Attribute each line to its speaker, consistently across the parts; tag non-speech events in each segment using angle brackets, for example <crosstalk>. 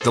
Speaker 1: The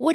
Speaker 2: What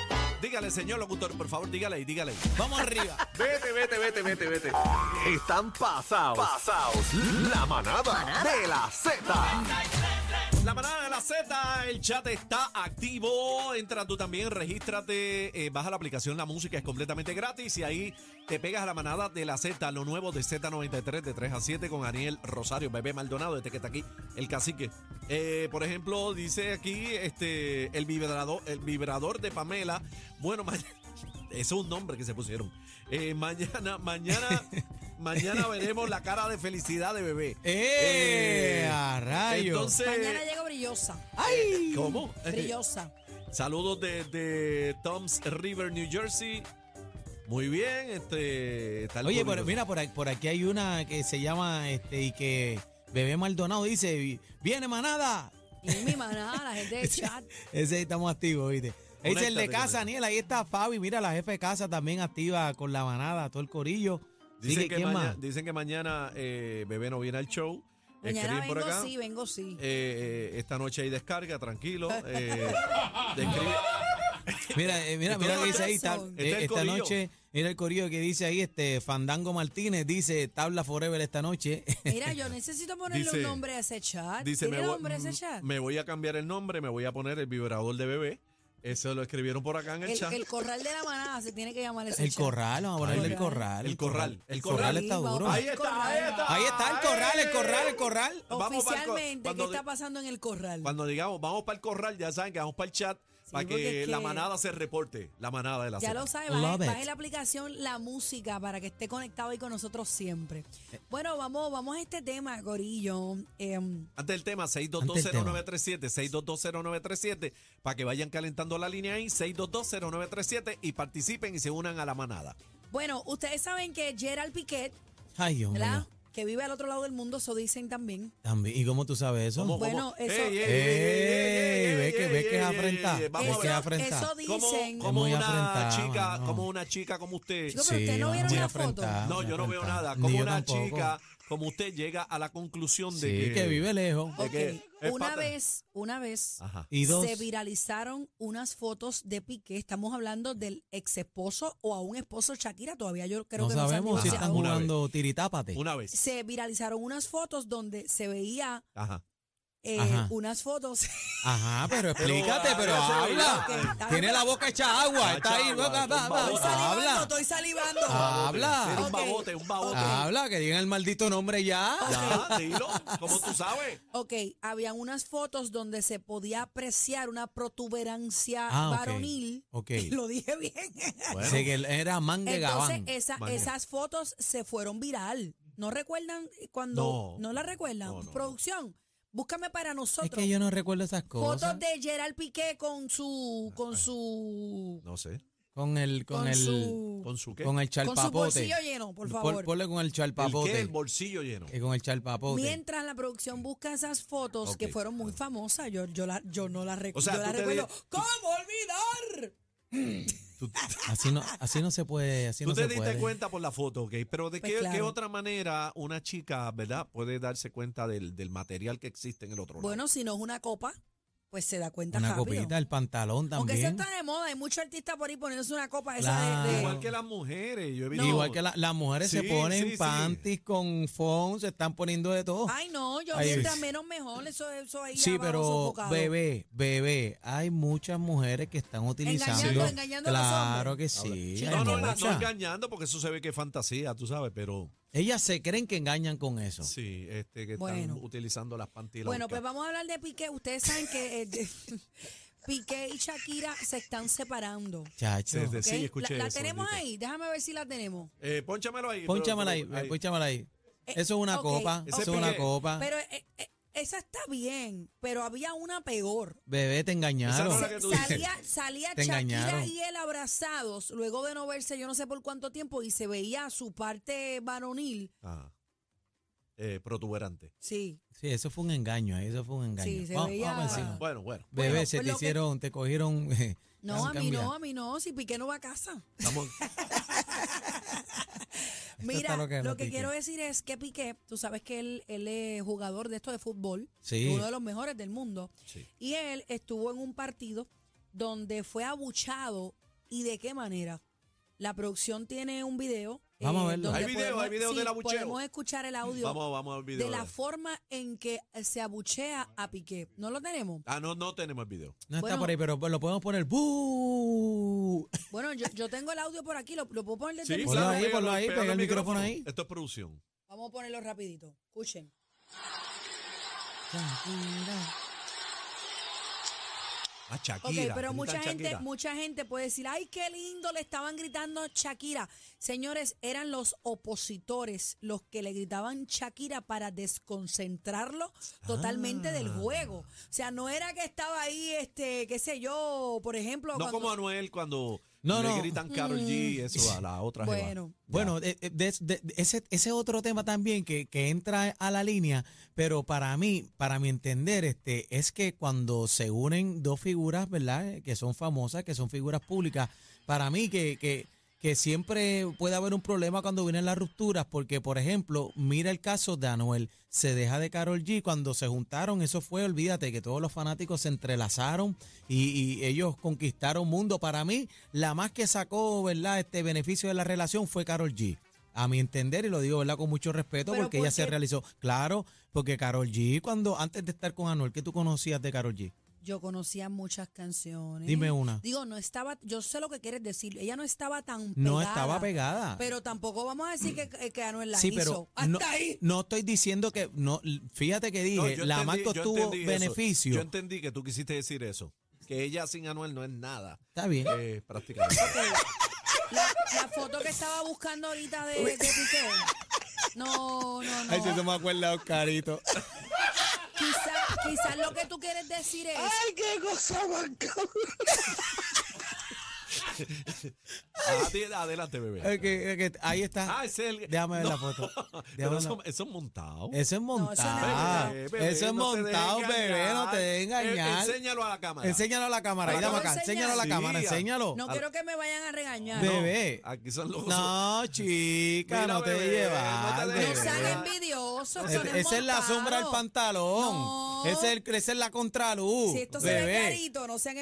Speaker 3: Dígale, señor locutor, por favor, dígale y dígale. Vamos arriba.
Speaker 4: Vete, vete, vete, vete, vete. Están pasados. Pasados. La manada, de la Z.
Speaker 3: La manada de la Z, el chat está activo. Entra tú también, regístrate, eh, baja la aplicación La Música, es completamente gratis y ahí te pegas a la manada de la Z, lo nuevo de Z93 de 3 a 7 con Aniel Rosario, Bebé Maldonado, este que está aquí, el cacique. Eh, por ejemplo, dice aquí este el vibrador, el vibrador de Pamela. Bueno, <laughs> mañana, es un nombre que se pusieron. Eh, mañana, mañana, mañana veremos la cara de felicidad de bebé.
Speaker 5: ¡Eh! ¡A rayos!
Speaker 3: Entonces, eh,
Speaker 6: Mañana llega brillosa.
Speaker 5: ¡Ay!
Speaker 3: ¿Cómo?
Speaker 6: Brillosa.
Speaker 3: <laughs> Saludos desde Tom's River, New Jersey. Muy bien, este. está el
Speaker 5: Oye,
Speaker 3: público.
Speaker 5: por- mira, por, a- por aquí hay una que se llama este y que Bebé Maldonado dice, viene manada.
Speaker 6: Y
Speaker 3: <laughs>
Speaker 6: mi manada, la gente de chat.
Speaker 5: Ese ahí estamos activos, ¿viste? Ese es el
Speaker 3: Conéctate
Speaker 5: de
Speaker 3: con
Speaker 5: casa,
Speaker 3: él.
Speaker 5: Daniel. Ahí está Fabi. Mira, la jefe de casa también activa con la manada, todo el corillo. Así
Speaker 3: Dicen que,
Speaker 5: ¿quién
Speaker 3: maña-
Speaker 5: más?
Speaker 3: dicen que mañana eh, Bebé no viene al show.
Speaker 6: Mañana
Speaker 3: Escriben por
Speaker 6: vengo
Speaker 3: acá.
Speaker 6: sí, vengo sí.
Speaker 3: Eh, eh, esta noche hay descarga,
Speaker 6: <laughs>
Speaker 3: tranquilo. Eh, describe-
Speaker 5: Mira, eh, mira, mira lo que dice ahí.
Speaker 6: Está
Speaker 5: tab-
Speaker 6: el
Speaker 5: eh, esta
Speaker 3: corillo.
Speaker 5: noche, mira el corillo que dice ahí, este Fandango Martínez dice tabla forever esta noche. <laughs>
Speaker 6: Mira, yo necesito ponerle
Speaker 3: Dice-
Speaker 6: un nombre a ese chat.
Speaker 3: Dice, me
Speaker 6: ¿Tiene
Speaker 3: voy,
Speaker 6: nombre a ese chat?
Speaker 3: me voy a cambiar el nombre, me voy a poner el vibrador de bebé. Eso lo escribieron por acá en el,
Speaker 6: El,
Speaker 3: chat.
Speaker 6: el corral de la manada se tiene que llamar ese
Speaker 5: El
Speaker 6: chat.
Speaker 5: corral, vamos a ponerle el
Speaker 6: El
Speaker 5: corral.
Speaker 3: el corral,
Speaker 5: El corral está
Speaker 6: Sí,
Speaker 5: duro.
Speaker 6: vamos.
Speaker 3: ahí está, ahí está.
Speaker 5: Ahí está el corral, el
Speaker 3: ¡Eh!
Speaker 5: corral, el corral.
Speaker 3: Vamos para el cor-
Speaker 6: Oficialmente,
Speaker 3: cuando
Speaker 6: ¿qué está
Speaker 3: di-
Speaker 6: pasando en el corral?
Speaker 3: Cuando digamos, vamos para el corral, ya saben que vamos para el chat para
Speaker 6: porque
Speaker 3: que
Speaker 6: es
Speaker 3: la
Speaker 6: que-
Speaker 3: manada se reporte. La manada de la
Speaker 6: Ya
Speaker 3: Z.
Speaker 6: lo sabe,
Speaker 5: Love
Speaker 6: baje,
Speaker 5: it.
Speaker 6: baje la aplicación La Música para que esté conectado ahí con nosotros siempre.
Speaker 5: Eh.
Speaker 6: Bueno, vamos, vamos a este tema, Gorillo. Em,
Speaker 3: Antes del tema, 6220937, 6220937, para que vayan calentando la línea ahí, 6220937 y participen y se unan a la manada.
Speaker 6: bueno, ustedes saben que Gerald Piquet,
Speaker 5: Ay, Dios
Speaker 6: ¿verdad?
Speaker 5: mío.
Speaker 6: Que vive al otro lado del mundo, eso dicen también.
Speaker 5: También, ¿Y cómo tú sabes eso?
Speaker 3: ¿Cómo,
Speaker 6: Bueno,
Speaker 3: cómo?
Speaker 6: eso-
Speaker 3: Ey, ey, ey,
Speaker 5: Ey,
Speaker 3: ey, ey, ey,
Speaker 5: ve que,
Speaker 3: ey,
Speaker 5: ve
Speaker 3: ey,
Speaker 5: que es
Speaker 3: ey, ey,
Speaker 5: afrenta.
Speaker 3: ey, Vamos
Speaker 5: es que es
Speaker 3: a ver.
Speaker 5: afrenta.
Speaker 6: Eso dicen.
Speaker 3: ¿Cómo, cómo
Speaker 5: Es muy
Speaker 3: una
Speaker 5: afrentada,
Speaker 3: chica,
Speaker 5: mano.
Speaker 3: como una chica como usted?
Speaker 6: Chico, pero ustedes no
Speaker 5: es
Speaker 6: vieron
Speaker 5: muy
Speaker 6: la foto.
Speaker 5: afrentada,
Speaker 3: no,
Speaker 5: muy
Speaker 3: yo no veo
Speaker 5: afrentada.
Speaker 3: nada.
Speaker 5: Ni
Speaker 3: Como
Speaker 5: yo
Speaker 3: una
Speaker 5: tampoco.
Speaker 3: chica como usted llega a la conclusión de
Speaker 5: Sí, que vive lejos.
Speaker 3: ¿De
Speaker 6: Ok,
Speaker 3: qué? Es
Speaker 6: Una
Speaker 3: pata.
Speaker 6: vez, una vez
Speaker 3: Ajá.
Speaker 5: Ah, Y dos.
Speaker 6: se viralizaron unas fotos de Piqué. Estamos hablando del ex esposo o a un esposo Shakira. Todavía yo creo
Speaker 5: No
Speaker 6: que no se han
Speaker 5: sabemos si
Speaker 3: divorciado.
Speaker 5: están
Speaker 3: Una
Speaker 5: jugando tiritápate.
Speaker 3: Una vez.
Speaker 6: Se viralizaron unas fotos donde se veía
Speaker 3: Ajá.
Speaker 6: eh,
Speaker 5: Ajá.
Speaker 6: unas fotos. <laughs>
Speaker 5: Ajá, pero explícate, pero
Speaker 3: eso es
Speaker 5: habla.
Speaker 6: verdad.
Speaker 5: Tiene la boca hecha agua.
Speaker 3: Hecha
Speaker 5: Está ahí.
Speaker 3: agua,
Speaker 5: va, va, va,
Speaker 3: tumba
Speaker 5: va,
Speaker 6: estoy
Speaker 3: boca.
Speaker 6: salivando,
Speaker 5: Habla. Ah.
Speaker 6: estoy salivando.
Speaker 5: Habla.
Speaker 3: Era un
Speaker 6: Ok. Ah,
Speaker 3: babote, un babote.
Speaker 5: Habla, que digan el maldito nombre ya.
Speaker 3: Ya, dilo. ¿Cómo tú sabes?
Speaker 6: Ok, habían unas fotos donde se podía apreciar una protuberancia
Speaker 5: Ah, ok.
Speaker 6: varonil.
Speaker 5: Ok.
Speaker 6: <laughs> Lo dije bien.
Speaker 5: Sé que él era mangue
Speaker 6: Entonces,
Speaker 5: gabán.
Speaker 6: esa-
Speaker 3: Vale.
Speaker 6: esas fotos se fueron viral. ¿No recuerdan cuando.?
Speaker 3: No.
Speaker 6: No, las recuerdan.
Speaker 3: No, no, no.
Speaker 6: Producción, búscame para nosotros.
Speaker 5: Es que yo no recuerdo esas
Speaker 6: Fotos
Speaker 5: cosas.
Speaker 6: de Gerald Piqué con su. con su.
Speaker 3: No sé.
Speaker 5: Con el, con el,
Speaker 6: su,
Speaker 3: ¿Con su qué?
Speaker 5: con el
Speaker 6: con su
Speaker 5: charpapote.
Speaker 6: bolsillo lleno,
Speaker 5: Pon-
Speaker 6: por favor.
Speaker 5: Ponle con el
Speaker 3: ¿El qué?
Speaker 5: charpapote.
Speaker 3: El bolsillo lleno.
Speaker 5: Eh, Con el charpapote.
Speaker 6: Mientras la producción busca esas fotos
Speaker 3: Ok.
Speaker 6: que fueron muy famosas, yo, yo, la- yo no las recu-
Speaker 3: O sea,
Speaker 6: yo las
Speaker 3: tú te
Speaker 6: recuerdo.
Speaker 3: di-
Speaker 6: ¿Cómo olvidar?
Speaker 5: <laughs> Así no, así no se puede, así
Speaker 3: Tú
Speaker 5: no
Speaker 3: te
Speaker 5: se
Speaker 3: diste
Speaker 5: puede.
Speaker 3: cuenta por la foto, ¿ok? Pero ¿de
Speaker 6: Pues
Speaker 3: qué,
Speaker 6: claro.
Speaker 3: qué otra manera una chica, ¿verdad? Puede darse cuenta del, del material que existe en el otro lado.
Speaker 6: Bueno, si no es una copa, pues se da cuenta
Speaker 5: Una
Speaker 6: rápido.
Speaker 5: copita, el pantalón
Speaker 6: Aunque eso
Speaker 5: también.
Speaker 6: está de moda, hay muchos artistas por ahí poniéndose una copa esa
Speaker 5: Claro.
Speaker 6: de- de,
Speaker 3: Igual que las mujeres, yo he visto.
Speaker 5: Igual que la- las mujeres
Speaker 3: Sí,
Speaker 5: se ponen
Speaker 3: sí, sí.
Speaker 5: panties con fons, se están poniendo
Speaker 3: <laughs>
Speaker 5: de todo.
Speaker 6: Ay, no, yo
Speaker 5: Ay,
Speaker 6: mientras
Speaker 5: sí.
Speaker 6: menos mejor, eso, eso ahí
Speaker 5: Sí,
Speaker 6: ya vamos
Speaker 5: pero
Speaker 6: sofocado.
Speaker 5: bebé, bebé, hay muchas mujeres que están utilizando.
Speaker 6: Engañando, engañando a los
Speaker 5: claro
Speaker 6: hombres.
Speaker 5: que sí.
Speaker 6: Ahora,
Speaker 5: hay
Speaker 3: No, no, no, no
Speaker 5: muchas.
Speaker 3: engañando porque eso se ve que es fantasía, tú sabes, pero
Speaker 5: Ellas se creen que engañan con eso.
Speaker 3: Sí, este, que
Speaker 6: Bueno.
Speaker 3: están utilizando las pantilas.
Speaker 6: Bueno, pues vamos a hablar de Piqué. Ustedes saben que eh, de- <laughs> Piqué y Shakira se están separando.
Speaker 5: Chacho.
Speaker 3: Desde-
Speaker 6: ¿ok?
Speaker 3: Sí, escuché
Speaker 6: la, la
Speaker 3: eso,
Speaker 6: tenemos
Speaker 3: bendito.
Speaker 6: ahí. Déjame ver si la tenemos.
Speaker 3: Eh, pónchamelo ahí.
Speaker 5: Pónchamela ahí,
Speaker 3: pero- pero-
Speaker 5: pónchamela ahí.
Speaker 6: Eh,
Speaker 5: Eso es una
Speaker 6: ok,
Speaker 5: copa,
Speaker 3: Ese
Speaker 5: eso es una
Speaker 3: pique.
Speaker 5: copa.
Speaker 6: Pero eh, eh, esa está bien, pero había una peor.
Speaker 5: Bebé, te
Speaker 3: Esa
Speaker 5: engañaron.
Speaker 3: no es la que tú dices.
Speaker 6: Salía, salía
Speaker 5: Te
Speaker 6: Shakira
Speaker 5: engañaron.
Speaker 6: y él abrazados luego de no verse yo no sé por cuánto tiempo y se veía su parte varonil.
Speaker 3: Ajá. Eh, protuberante.
Speaker 6: Sí,
Speaker 5: Sí, eso fue un engaño, eh, eso fue un engaño.
Speaker 6: Sí, se
Speaker 5: vamos,
Speaker 6: veía-
Speaker 5: vamos encima.
Speaker 3: Bueno, bueno.
Speaker 5: Bebé,
Speaker 6: Bueno,
Speaker 5: se
Speaker 6: pues
Speaker 5: te
Speaker 6: lo que-
Speaker 5: hicieron, te cogieron. <laughs> eh,
Speaker 6: No,
Speaker 5: casi
Speaker 6: a mí
Speaker 5: cambia.
Speaker 6: no, a mí no, si Piqué no va a casa.
Speaker 3: Estamos,
Speaker 6: Mira,
Speaker 5: está
Speaker 6: lo
Speaker 5: lo que
Speaker 6: que,
Speaker 5: es, no, Piqué.
Speaker 6: quiero decir es que Piqué, tú sabes que él, él es jugador de esto de fútbol,
Speaker 5: Sí.
Speaker 6: uno de los mejores del mundo,
Speaker 3: sí.
Speaker 6: y él estuvo en un partido donde fue abuchado y de qué manera. La producción tiene un video. eh,
Speaker 5: Vamos a verlo.
Speaker 6: donde
Speaker 3: Hay video, hay video
Speaker 6: sí,
Speaker 3: del abucheo.
Speaker 6: Podemos escuchar el audio
Speaker 3: Vamos, vamos al video.
Speaker 6: de la forma en que se abuchea a Piqué. ¿No lo tenemos?
Speaker 3: ah, no, no tenemos el video.
Speaker 5: No está
Speaker 6: Bueno.
Speaker 5: por ahí, pero lo podemos poner. ¡Bú!
Speaker 6: Bueno, yo, yo tengo el audio por aquí, lo, lo puedo poner desde
Speaker 3: Sí,
Speaker 6: el
Speaker 5: Ponlo
Speaker 3: claro,
Speaker 5: ahí,
Speaker 3: pégalo,
Speaker 5: ponlo ahí,
Speaker 3: pégalo
Speaker 5: pega el micrófono ahí.
Speaker 3: Esto es producción.
Speaker 6: Vamos a ponerlo rapidito. Escuchen.
Speaker 3: Ah,
Speaker 6: Ok,
Speaker 3: Shakira.
Speaker 6: pero
Speaker 3: gritan
Speaker 6: mucha gente,
Speaker 3: Shakira.
Speaker 6: mucha gente puede decir, ay, qué lindo, le estaban gritando Shakira. Señores, eran los opositores los que le gritaban Shakira para desconcentrarlo totalmente del
Speaker 5: Ah.
Speaker 6: juego. O sea, no era que estaba ahí, este, qué sé yo, por ejemplo,
Speaker 3: No
Speaker 6: cuando-
Speaker 3: como Anuel cuando
Speaker 5: No,
Speaker 3: le
Speaker 5: no. Mm.
Speaker 3: gritan Carol G y eso a la otra jeva.
Speaker 6: Bueno.
Speaker 3: Ya.
Speaker 5: Bueno, eh, eh, de- de- de- ese, ese otro tema también que, que entra a la línea, pero para mí, para mi entender, este, es que cuando se unen dos figuras, ¿verdad? Eh, Que son famosas, que son figuras públicas, para mí que, que, que siempre puede haber un problema cuando vienen las rupturas, porque, por ejemplo, mira el caso de Anuel, se deja de Carol G, cuando se juntaron, eso fue, olvídate, que todos los fanáticos se entrelazaron y, y ellos conquistaron mundo. Para mí, la más que sacó, ¿verdad?, este beneficio de la relación fue Carol G. A mi entender, y lo digo, ¿verdad?, con mucho respeto,
Speaker 6: Pero
Speaker 5: porque ella se
Speaker 6: porque-
Speaker 5: realizó. Claro, porque Carol G, cuando, antes de estar con Anuel, ¿qué tú conocías de Carol G?
Speaker 6: Yo conocía muchas canciones.
Speaker 5: Dime una.
Speaker 6: Digo, no estaba, yo sé lo que quieres decir, ella no estaba tan
Speaker 5: No estaba pegada.
Speaker 6: Pero tampoco vamos a decir que, que Anuel la
Speaker 5: sí,
Speaker 6: hizo. <laughs>
Speaker 5: pero
Speaker 6: Hasta
Speaker 5: no,
Speaker 6: ahí.
Speaker 5: no estoy diciendo que no. Fíjate que
Speaker 3: No,
Speaker 5: dije,
Speaker 3: yo
Speaker 5: la
Speaker 3: entendí-
Speaker 5: Marcos
Speaker 3: yo
Speaker 5: tuvo
Speaker 3: entendí eso.
Speaker 5: beneficio.
Speaker 3: Yo entendí que tú quisiste decir eso. Que ella sin Anuel no es nada.
Speaker 5: Está bien.
Speaker 3: Eh, prácticamente.
Speaker 6: La, la foto que estaba buscando ahorita de, de Piqué. No, no, no. Quizás
Speaker 5: me acuerda, Oscarito. <laughs>
Speaker 6: quizás lo que tú quieres decir es.
Speaker 5: Ah,
Speaker 3: <laughs> Ade- Adelante, bebé.
Speaker 5: Ok, ok, ahí está.
Speaker 3: Ah, ese es el.
Speaker 5: Déjame ver
Speaker 3: No.
Speaker 5: la foto.
Speaker 3: Pero
Speaker 5: Déjame
Speaker 3: eso,
Speaker 5: la-
Speaker 3: eso es montado.
Speaker 5: Eso es montado.
Speaker 3: Bebé,
Speaker 5: Eso
Speaker 3: bebé,
Speaker 5: es
Speaker 3: no te
Speaker 5: montado,
Speaker 3: dejes
Speaker 5: bebé. No te dejes
Speaker 3: engañar.
Speaker 5: engañar.
Speaker 3: Eh, enséñalo a la cámara.
Speaker 5: Enséñalo a la cámara.
Speaker 6: Pero
Speaker 5: ahí, dame
Speaker 6: lo
Speaker 5: acá.
Speaker 6: enseñas.
Speaker 5: Enséñalo a la
Speaker 3: Sí,
Speaker 5: cámara.
Speaker 3: a-
Speaker 5: Enséñalo.
Speaker 6: No quiero que me vayan a regañar.
Speaker 3: No,
Speaker 6: No,
Speaker 5: ah. Bebé.
Speaker 3: Aquí son los.
Speaker 5: No, chica,
Speaker 3: Mira,
Speaker 5: no te
Speaker 3: bebé,
Speaker 5: llevas.
Speaker 3: no te dejes.
Speaker 5: bebé.
Speaker 6: sean
Speaker 3: salga
Speaker 6: envidiosos.
Speaker 5: Es- Esa
Speaker 6: son
Speaker 5: es la
Speaker 6: desmontados.
Speaker 5: sombra del pantalón.
Speaker 6: No.
Speaker 5: Esa es el- esa es la contraluz.
Speaker 6: Si esto se ve
Speaker 5: bebé.
Speaker 6: clarito, no sean
Speaker 5: No,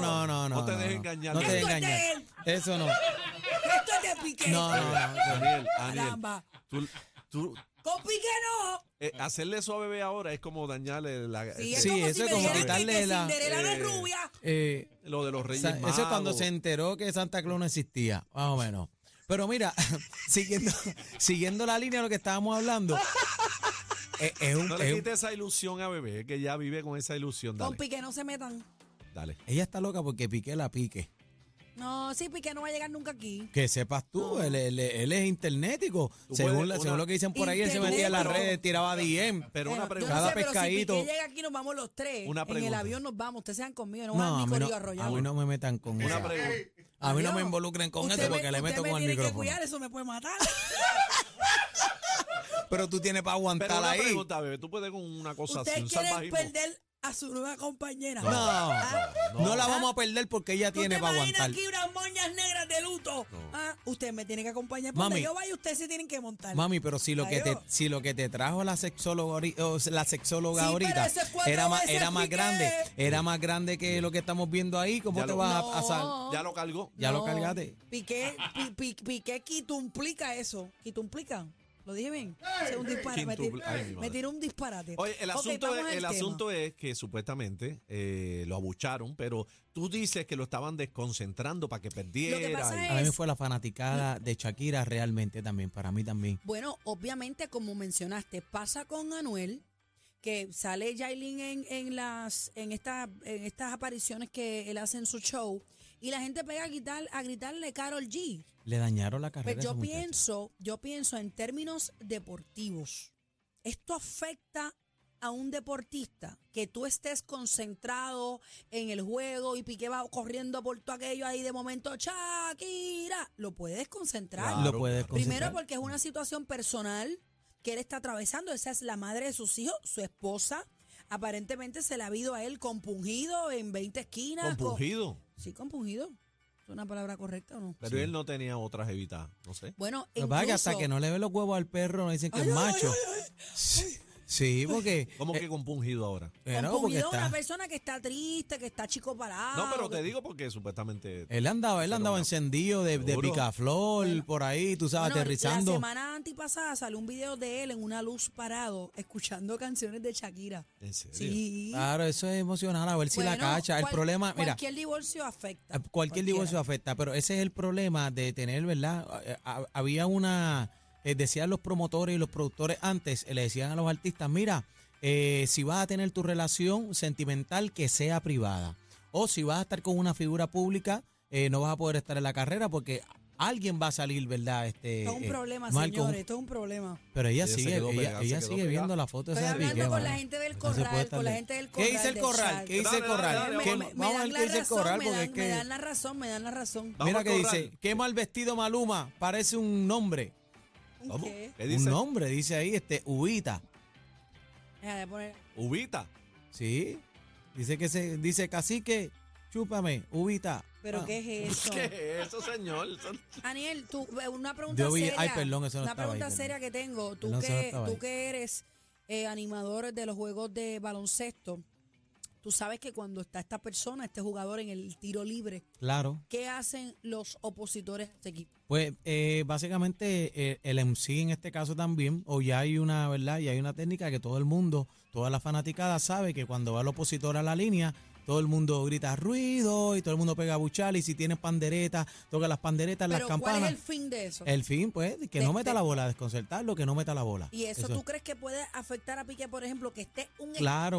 Speaker 5: no, no, no.
Speaker 3: No te dejes
Speaker 5: no.
Speaker 3: engañar.
Speaker 5: No te dejes
Speaker 6: Esto es de
Speaker 5: engañar.
Speaker 6: él.
Speaker 5: Eso no.
Speaker 6: Esto es de Piqué.
Speaker 5: No, no, no.
Speaker 3: Daniel, Daniel.
Speaker 6: Caramba.
Speaker 3: Tú, tú,
Speaker 6: Con Piqué no.
Speaker 3: eh, hacerle eso a bebé ahora es como dañarle la,
Speaker 6: Sí, es
Speaker 5: Sí,
Speaker 6: como si
Speaker 5: eso
Speaker 6: me
Speaker 5: es como
Speaker 6: dijeran que-
Speaker 5: quitarle
Speaker 6: que
Speaker 5: la-
Speaker 6: Cinderela no
Speaker 3: eh,
Speaker 6: es rubia.
Speaker 5: Eh,
Speaker 3: lo de los Reyes
Speaker 5: Sa-
Speaker 3: Magos.
Speaker 5: Eso es cuando se enteró que Santa Claus no existía, más o menos. Pero mira, <laughs> siguiendo, siguiendo la línea de lo que estábamos hablando, es, es un,
Speaker 3: No
Speaker 5: es
Speaker 3: le
Speaker 5: un-
Speaker 3: quites esa ilusión a bebé, que ya vive con esa ilusión.
Speaker 6: Con
Speaker 3: Dale,
Speaker 6: Piqué no se metan.
Speaker 3: dale.
Speaker 5: ella está loca porque Piqué la pique.
Speaker 6: No, sí, Piqué no va a llegar nunca aquí.
Speaker 5: Que sepas tú, él, él- él es internético.
Speaker 3: Tú
Speaker 5: Según,
Speaker 3: puedes-
Speaker 5: la- según
Speaker 3: una-
Speaker 5: lo que dicen por ahí, él se metía en las
Speaker 6: Internético.
Speaker 5: redes, tiraba DM.
Speaker 3: Pero una
Speaker 6: Bueno, yo
Speaker 3: pregunta.
Speaker 5: Cada
Speaker 6: no sé, Pero
Speaker 5: pescadito.
Speaker 6: si Piqué llega aquí, nos vamos los tres.
Speaker 3: Una
Speaker 6: En el
Speaker 3: pregunta.
Speaker 6: avión nos vamos. Ustedes sean conmigo, no,
Speaker 5: No,
Speaker 6: van
Speaker 5: a
Speaker 6: ni
Speaker 5: mí
Speaker 6: con
Speaker 5: no,
Speaker 6: Dios
Speaker 5: a mí no me metan con
Speaker 3: Una
Speaker 5: eso.
Speaker 3: pregunta.
Speaker 5: A mí no me involucren con
Speaker 6: Usted
Speaker 5: eso
Speaker 6: me-
Speaker 5: porque le
Speaker 6: usted
Speaker 5: meto
Speaker 6: me
Speaker 5: con el
Speaker 6: tiene que
Speaker 5: micrófono.
Speaker 6: cuidar, eso me puede
Speaker 3: <laughs>
Speaker 6: matar.
Speaker 5: Pero tú tienes para
Speaker 3: Pero
Speaker 5: aguantar
Speaker 3: una
Speaker 5: ahí.
Speaker 3: pregunta, bebé. Tú puedes con una cosa así,
Speaker 6: Ustedes
Speaker 3: un
Speaker 6: quieren
Speaker 3: salvajismo.
Speaker 6: perder a su nueva compañera.
Speaker 5: No,
Speaker 6: ¿Ah?
Speaker 5: no, la vamos a perder porque ella
Speaker 6: ¿Tú te
Speaker 5: tiene para
Speaker 6: imaginas
Speaker 5: aguantar.
Speaker 6: aquí unas moñas negras de luto? Ah, Usted me tiene que acompañar. Por
Speaker 5: Mami.
Speaker 6: donde yo vaya, ustedes se tienen que montar.
Speaker 5: Mami, pero si lo que te,
Speaker 6: Adiós.
Speaker 5: si lo que te trajo la sexóloga, ahori- o sea, la sexóloga
Speaker 6: Sí, pero
Speaker 5: ahorita
Speaker 6: eso es cuatro
Speaker 5: era más,
Speaker 6: veces
Speaker 5: era más
Speaker 6: Piqué.
Speaker 5: grande, era más grande que lo que estamos viendo ahí, ¿cómo
Speaker 3: Ya
Speaker 5: te
Speaker 3: lo-
Speaker 5: vas a
Speaker 6: No.
Speaker 5: pasar?
Speaker 3: Ya lo cargó.
Speaker 5: Ya lo
Speaker 6: No,
Speaker 5: cargaste.
Speaker 6: Piqué, pi, pi- Piqué quitumplica eso. Quitumplica. Lo dije bien. O sea, un disparate. Me,
Speaker 3: Quintuple-
Speaker 6: tir-
Speaker 3: Ay, mi
Speaker 6: me
Speaker 3: madre.
Speaker 6: tiró un disparate.
Speaker 3: Oye, el
Speaker 6: Ok,
Speaker 3: asunto,
Speaker 6: vamos
Speaker 3: es,
Speaker 6: al
Speaker 3: el
Speaker 6: tema.
Speaker 3: asunto es que supuestamente eh, lo abucharon, pero tú dices que lo estaban desconcentrando para que perdiera.
Speaker 6: pasa
Speaker 3: y-
Speaker 5: Para mí
Speaker 6: es-
Speaker 5: fue la fanaticada de Shakira realmente también, para mí también.
Speaker 6: Bueno, obviamente, como mencionaste, pasa con Anuel, que sale Yailin en, en las, en, esta- en estas apariciones que él hace en su show, y la gente pega a, gritar, a gritarle Carol G.
Speaker 5: Le dañaron la carrera.
Speaker 6: Pues
Speaker 5: a
Speaker 6: yo
Speaker 5: esa muchacha.
Speaker 6: pienso, yo pienso en términos deportivos. Esto afecta a un deportista que tú estés concentrado en el juego y Piqué va corriendo por todo aquello ahí de momento, Shakira, lo puedes concentrar.
Speaker 3: Claro,
Speaker 5: Lo puede
Speaker 3: claro.
Speaker 6: Primero
Speaker 5: concentrar.
Speaker 6: porque es una situación personal que él está atravesando. Esa es la madre de sus hijos, su esposa. Aparentemente se la ha habido a él compungido en 20 esquinas. con-
Speaker 3: Compungido.
Speaker 6: Sí, compungido. ¿Es una palabra correcta o no?
Speaker 3: Pero él no tenía otras evitas, no sé.
Speaker 6: Bueno,
Speaker 5: Lo que pasa es que
Speaker 6: incluso-
Speaker 5: hasta que no le ve los huevos al perro, no dicen que
Speaker 6: Ay,
Speaker 5: es
Speaker 6: ay,
Speaker 5: macho.
Speaker 6: ay,
Speaker 5: Sí, porque.
Speaker 3: ¿Cómo que compungido ahora?
Speaker 5: eh, no, porque
Speaker 6: compungido es una
Speaker 5: está.
Speaker 6: persona que está triste, que está chico parado.
Speaker 3: no, pero
Speaker 6: que-
Speaker 3: te digo porque supuestamente.
Speaker 5: Él andaba, él
Speaker 3: Pero
Speaker 5: andaba
Speaker 3: no.
Speaker 5: encendido de, de
Speaker 3: Seguro.
Speaker 5: picaflor por ahí, tú sabes,
Speaker 6: Bueno,
Speaker 5: aterrizando.
Speaker 6: La semana antipasada salió un video de él en una luz parado, escuchando <laughs> canciones de Shakira.
Speaker 3: ¿En serio?
Speaker 6: Sí.
Speaker 5: Claro, eso es emocional, a ver si la
Speaker 6: Bueno,
Speaker 5: cacha. El
Speaker 6: cual-
Speaker 5: problema, mira, Ah,
Speaker 6: Cualquier divorcio afecta.
Speaker 5: cualquier divorcio afecta, pero ese es el problema de tener, ¿verdad? A- a- Había una, eh, decían los promotores y los productores antes, eh, le decían a los artistas, mira, eh, si vas a tener tu relación sentimental que sea privada, o si vas a estar con una figura pública, eh, no vas a poder estar en la carrera porque alguien va a salir, ¿verdad? Este,
Speaker 6: Esto es un
Speaker 5: eh,
Speaker 6: problema,
Speaker 5: mal con-
Speaker 6: señores. Esto es un problema.
Speaker 5: Pero ella,
Speaker 3: Ella se
Speaker 5: sigue,
Speaker 3: quedó
Speaker 5: ella,
Speaker 3: pegada, se
Speaker 5: ella
Speaker 3: quedó
Speaker 5: sigue
Speaker 3: pegada.
Speaker 5: viendo la foto de
Speaker 6: Estoy
Speaker 5: esa de Piqué,
Speaker 6: hablando con
Speaker 5: mano.
Speaker 6: la gente del
Speaker 5: Pues No se puede
Speaker 6: corral,
Speaker 5: estar
Speaker 6: con la
Speaker 5: lejos.
Speaker 6: gente del
Speaker 5: ¿Qué
Speaker 6: corral.
Speaker 5: dice el
Speaker 6: del
Speaker 5: corral?
Speaker 6: chat.
Speaker 5: ¿Qué dice el
Speaker 3: Dale, dale,
Speaker 5: corral?
Speaker 3: dale,
Speaker 5: ¿Qué-
Speaker 6: Me, me
Speaker 5: Vamos a
Speaker 6: dan
Speaker 5: ver
Speaker 6: la
Speaker 5: qué dice el
Speaker 6: razón,
Speaker 5: corral
Speaker 6: me
Speaker 5: porque
Speaker 6: dan-
Speaker 5: es
Speaker 6: me
Speaker 5: que...
Speaker 6: dan la razón, me dan la razón.
Speaker 3: Vamos
Speaker 5: Mira
Speaker 3: al
Speaker 5: que dice,
Speaker 3: corral.
Speaker 5: qué mal vestido Maluma, parece un nombre.
Speaker 6: ¿Un
Speaker 3: ¿Cómo?
Speaker 6: qué?
Speaker 3: ¿Qué dice?
Speaker 5: Un nombre, dice ahí, este, Ubita.
Speaker 6: Deja de poner-
Speaker 3: Ubita.
Speaker 5: Sí. Dice que se, dice cacique, chúpame, Ubita.
Speaker 6: ¿Pero
Speaker 5: Ah,
Speaker 6: qué es
Speaker 5: <laughs>
Speaker 6: eso?
Speaker 3: ¿Qué es eso, señor? Eso-
Speaker 6: Aniel, tú, eh, una pregunta
Speaker 5: Yo vi-
Speaker 6: seria.
Speaker 5: ay, perdón, eso no estaba
Speaker 6: una
Speaker 5: ahí,
Speaker 6: pregunta
Speaker 5: perdón.
Speaker 6: seria que tengo. Tú,
Speaker 5: Perdón, eso no
Speaker 6: que,
Speaker 5: estaba
Speaker 6: tú
Speaker 5: ahí.
Speaker 6: que eres eh, animador de los juegos de baloncesto, tú sabes que cuando está esta persona, este jugador en el tiro libre,
Speaker 5: Claro.
Speaker 6: ¿qué hacen los opositores de este equipo?
Speaker 5: Pues eh, básicamente eh, el MC en este caso también, o ya hay una, ¿verdad? Y hay una técnica que todo el mundo, toda la fanaticada sabe que cuando va el opositor a la línea, todo el mundo grita ruido y todo el mundo pega a buchar y si tienes panderetas, toca las panderetas, las
Speaker 6: Pero ¿cuál es
Speaker 5: campanas.
Speaker 6: el fin de eso?
Speaker 5: El, fin, pues, que
Speaker 6: De-
Speaker 5: no meta
Speaker 6: de-
Speaker 5: la bola, desconcertarlo, que no meta la bola.
Speaker 6: ¿Y eso,
Speaker 5: es.
Speaker 6: tú crees que puede afectar a Piqué, por ejemplo, que esté un
Speaker 5: Claro.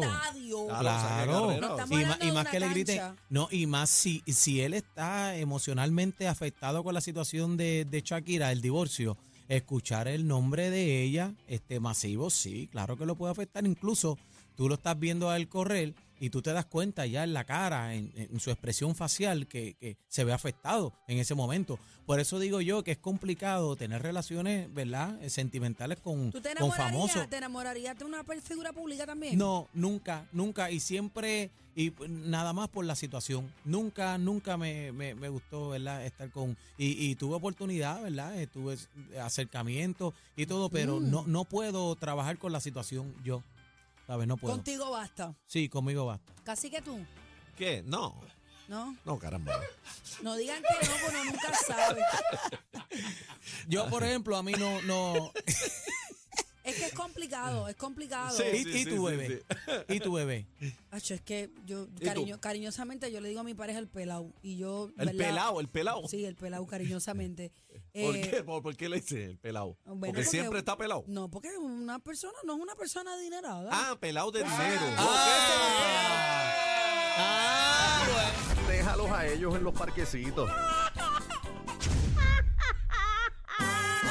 Speaker 3: Claro, o
Speaker 6: estadio?
Speaker 3: sea, que
Speaker 5: Claro.
Speaker 3: carrera,
Speaker 6: No,
Speaker 3: o sea.
Speaker 6: estamos
Speaker 5: Y, ma-
Speaker 6: hablando
Speaker 5: y
Speaker 6: de
Speaker 5: más
Speaker 6: una
Speaker 5: que le griten,
Speaker 6: cancha.
Speaker 5: no, y más si, si él está emocionalmente afectado con la situación de, de Shakira, el divorcio, escuchar el nombre de ella, este masivo, sí, claro que lo puede afectar. Incluso tú lo estás viendo a él correr y tú te das cuenta ya en la cara, en, en su expresión facial, que, que se ve afectado en ese momento. Por eso digo yo que es complicado tener relaciones, ¿verdad?, eh, sentimentales con,
Speaker 6: ¿Tú te
Speaker 5: con famosos.
Speaker 6: enamorarías, te enamorarías de una per- figura pública también?
Speaker 5: No, nunca, nunca. Y siempre, y p- nada más por la situación. Nunca, nunca me, me- me gustó, ¿verdad? Estar con. Y, y tuve oportunidad, ¿verdad? Eh, Tuve s- acercamiento y todo, pero
Speaker 3: Mm.
Speaker 5: no, no puedo trabajar con la situación yo. ¿Sabes? No puedo.
Speaker 6: Contigo basta.
Speaker 5: Sí, conmigo basta.
Speaker 6: Casi que tú,
Speaker 3: ¿Qué? No.
Speaker 6: ¿no?
Speaker 3: No, caramba.
Speaker 6: No digan que no, porque uno nunca sabe.
Speaker 5: Yo,
Speaker 3: <laughs>
Speaker 5: por ejemplo, a mí no. no
Speaker 6: Es que es complicado, es complicado.
Speaker 5: y,
Speaker 3: Sí.
Speaker 5: y tu bebé. Y tu bebé.
Speaker 6: Acho, es que yo,
Speaker 3: tú?
Speaker 6: cariño- cariñosamente, yo le digo a mi pareja el pelado. Y yo,
Speaker 3: El
Speaker 6: ¿verdad?
Speaker 3: pelado, el pelado.
Speaker 6: Sí, el pelado, cariñosamente.
Speaker 3: <laughs> ¿Por,
Speaker 6: Eh,
Speaker 3: qué? ¿Por, por qué le dice el pelado?
Speaker 6: bueno,
Speaker 3: porque, siempre está pelado.
Speaker 6: No, porque es una persona no es una persona adinerada.
Speaker 3: Ah, pelado de dinero.
Speaker 6: ah,
Speaker 4: Déjalos a ellos en los parquecitos.